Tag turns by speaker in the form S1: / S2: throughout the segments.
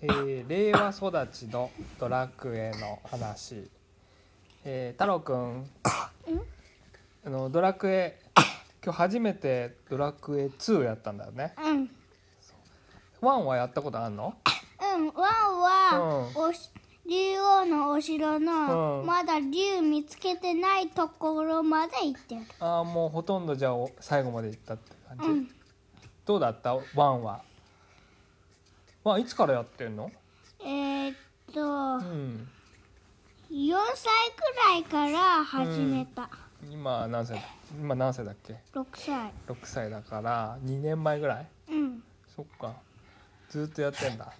S1: えー令和育ちのドラクエの話。えー、太郎くん。あのドラクエ。今日初めてドラクエ2やったんだよね。
S2: うんうん
S1: 1はやったことあんの？
S2: ワンは、おし竜王のお城の、
S1: うん
S2: まだ竜見つけてないところまで行ってる
S1: ああもうほとんどじゃあお最後までいったって感じ。どうだった？1は。ワンいつからやってんの？
S2: えーっと
S1: うん。
S2: 4歳くらいから始めた、
S1: 今何歳だ？今何歳だっけ？
S2: 6歳
S1: 6歳だから2年前ぐらい？
S2: うん
S1: そっかずっとやってんだ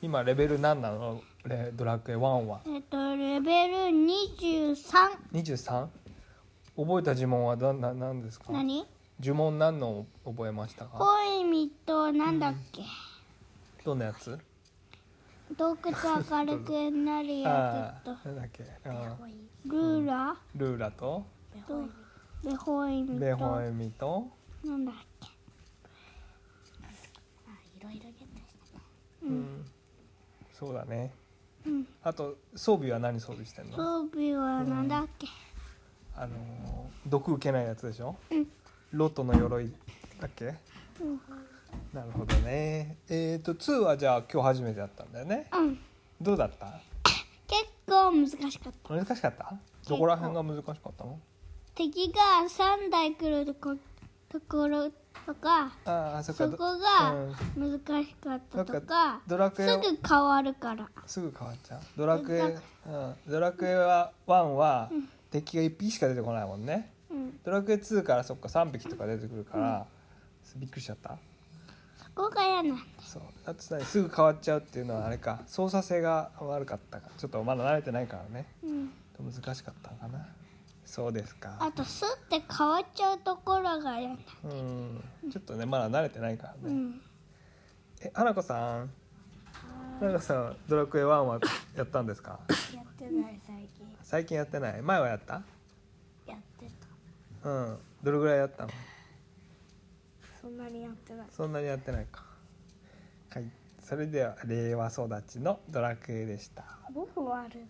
S1: 今レベル何なのレドラクエ1は
S2: えーっとレベル23
S1: 23覚えた呪文は何な何ですか
S2: 何
S1: 呪文何の覚えましたか
S2: 恋人となんだっけ、
S1: どんなやつ
S2: 洞窟明るくなるや
S1: あ
S2: つと
S1: あなんだっけあー
S2: ルーラ
S1: ルーラと
S2: ーとベホイミと
S1: ベホエミと
S2: なんだっけ
S3: いろいろゲットし
S1: うんそうだね
S2: うん
S1: あと装備は何装備してんの
S2: 装備はなんだっけ、
S1: あのー毒受けないやつでしょ
S2: うん
S1: ロットの鎧だっけ
S2: うん
S1: なるほどねえっ、ー、と2はじゃあ今日初めてだったんだよね
S2: うん、
S1: どうだった
S2: 結構難しかった
S1: 難しかったどこら辺が難しかったの
S2: 敵が3台来るとこところとか
S1: ああそっか
S2: そ
S1: ど
S2: こが難しかったと
S1: なん
S2: か
S1: かドラクエ
S2: すぐ変わるから
S1: すぐ変わっちゃうドラクエ、
S2: ドラ
S1: うん、ドラクエは1は敵が1匹しか出てこないもんね
S2: うん
S1: ドラクエ2からそっか3匹とか出てくるから、びっくりしちゃった
S2: そこが嫌なんだ
S1: そうあとさすぐ変わっちゃうっていうのはあれか操作性が悪かったかちょっとまだ慣れてないからね
S2: うん
S1: 難しかったのかなそうですか
S2: あとスって変わっちゃうところが嫌なんだ
S1: うんちょっとねまだ慣れてないからね、
S2: うん
S1: え花子さん花子さんドラクエ1はやったんですか
S3: たやってない最近
S1: 最近やってない前はやった
S3: やってた
S1: うんどれぐらいやったの
S3: そんなにやってない
S1: そんなにやってないかはいそれでは令和育ちのドラクエでした
S3: 僕もあるの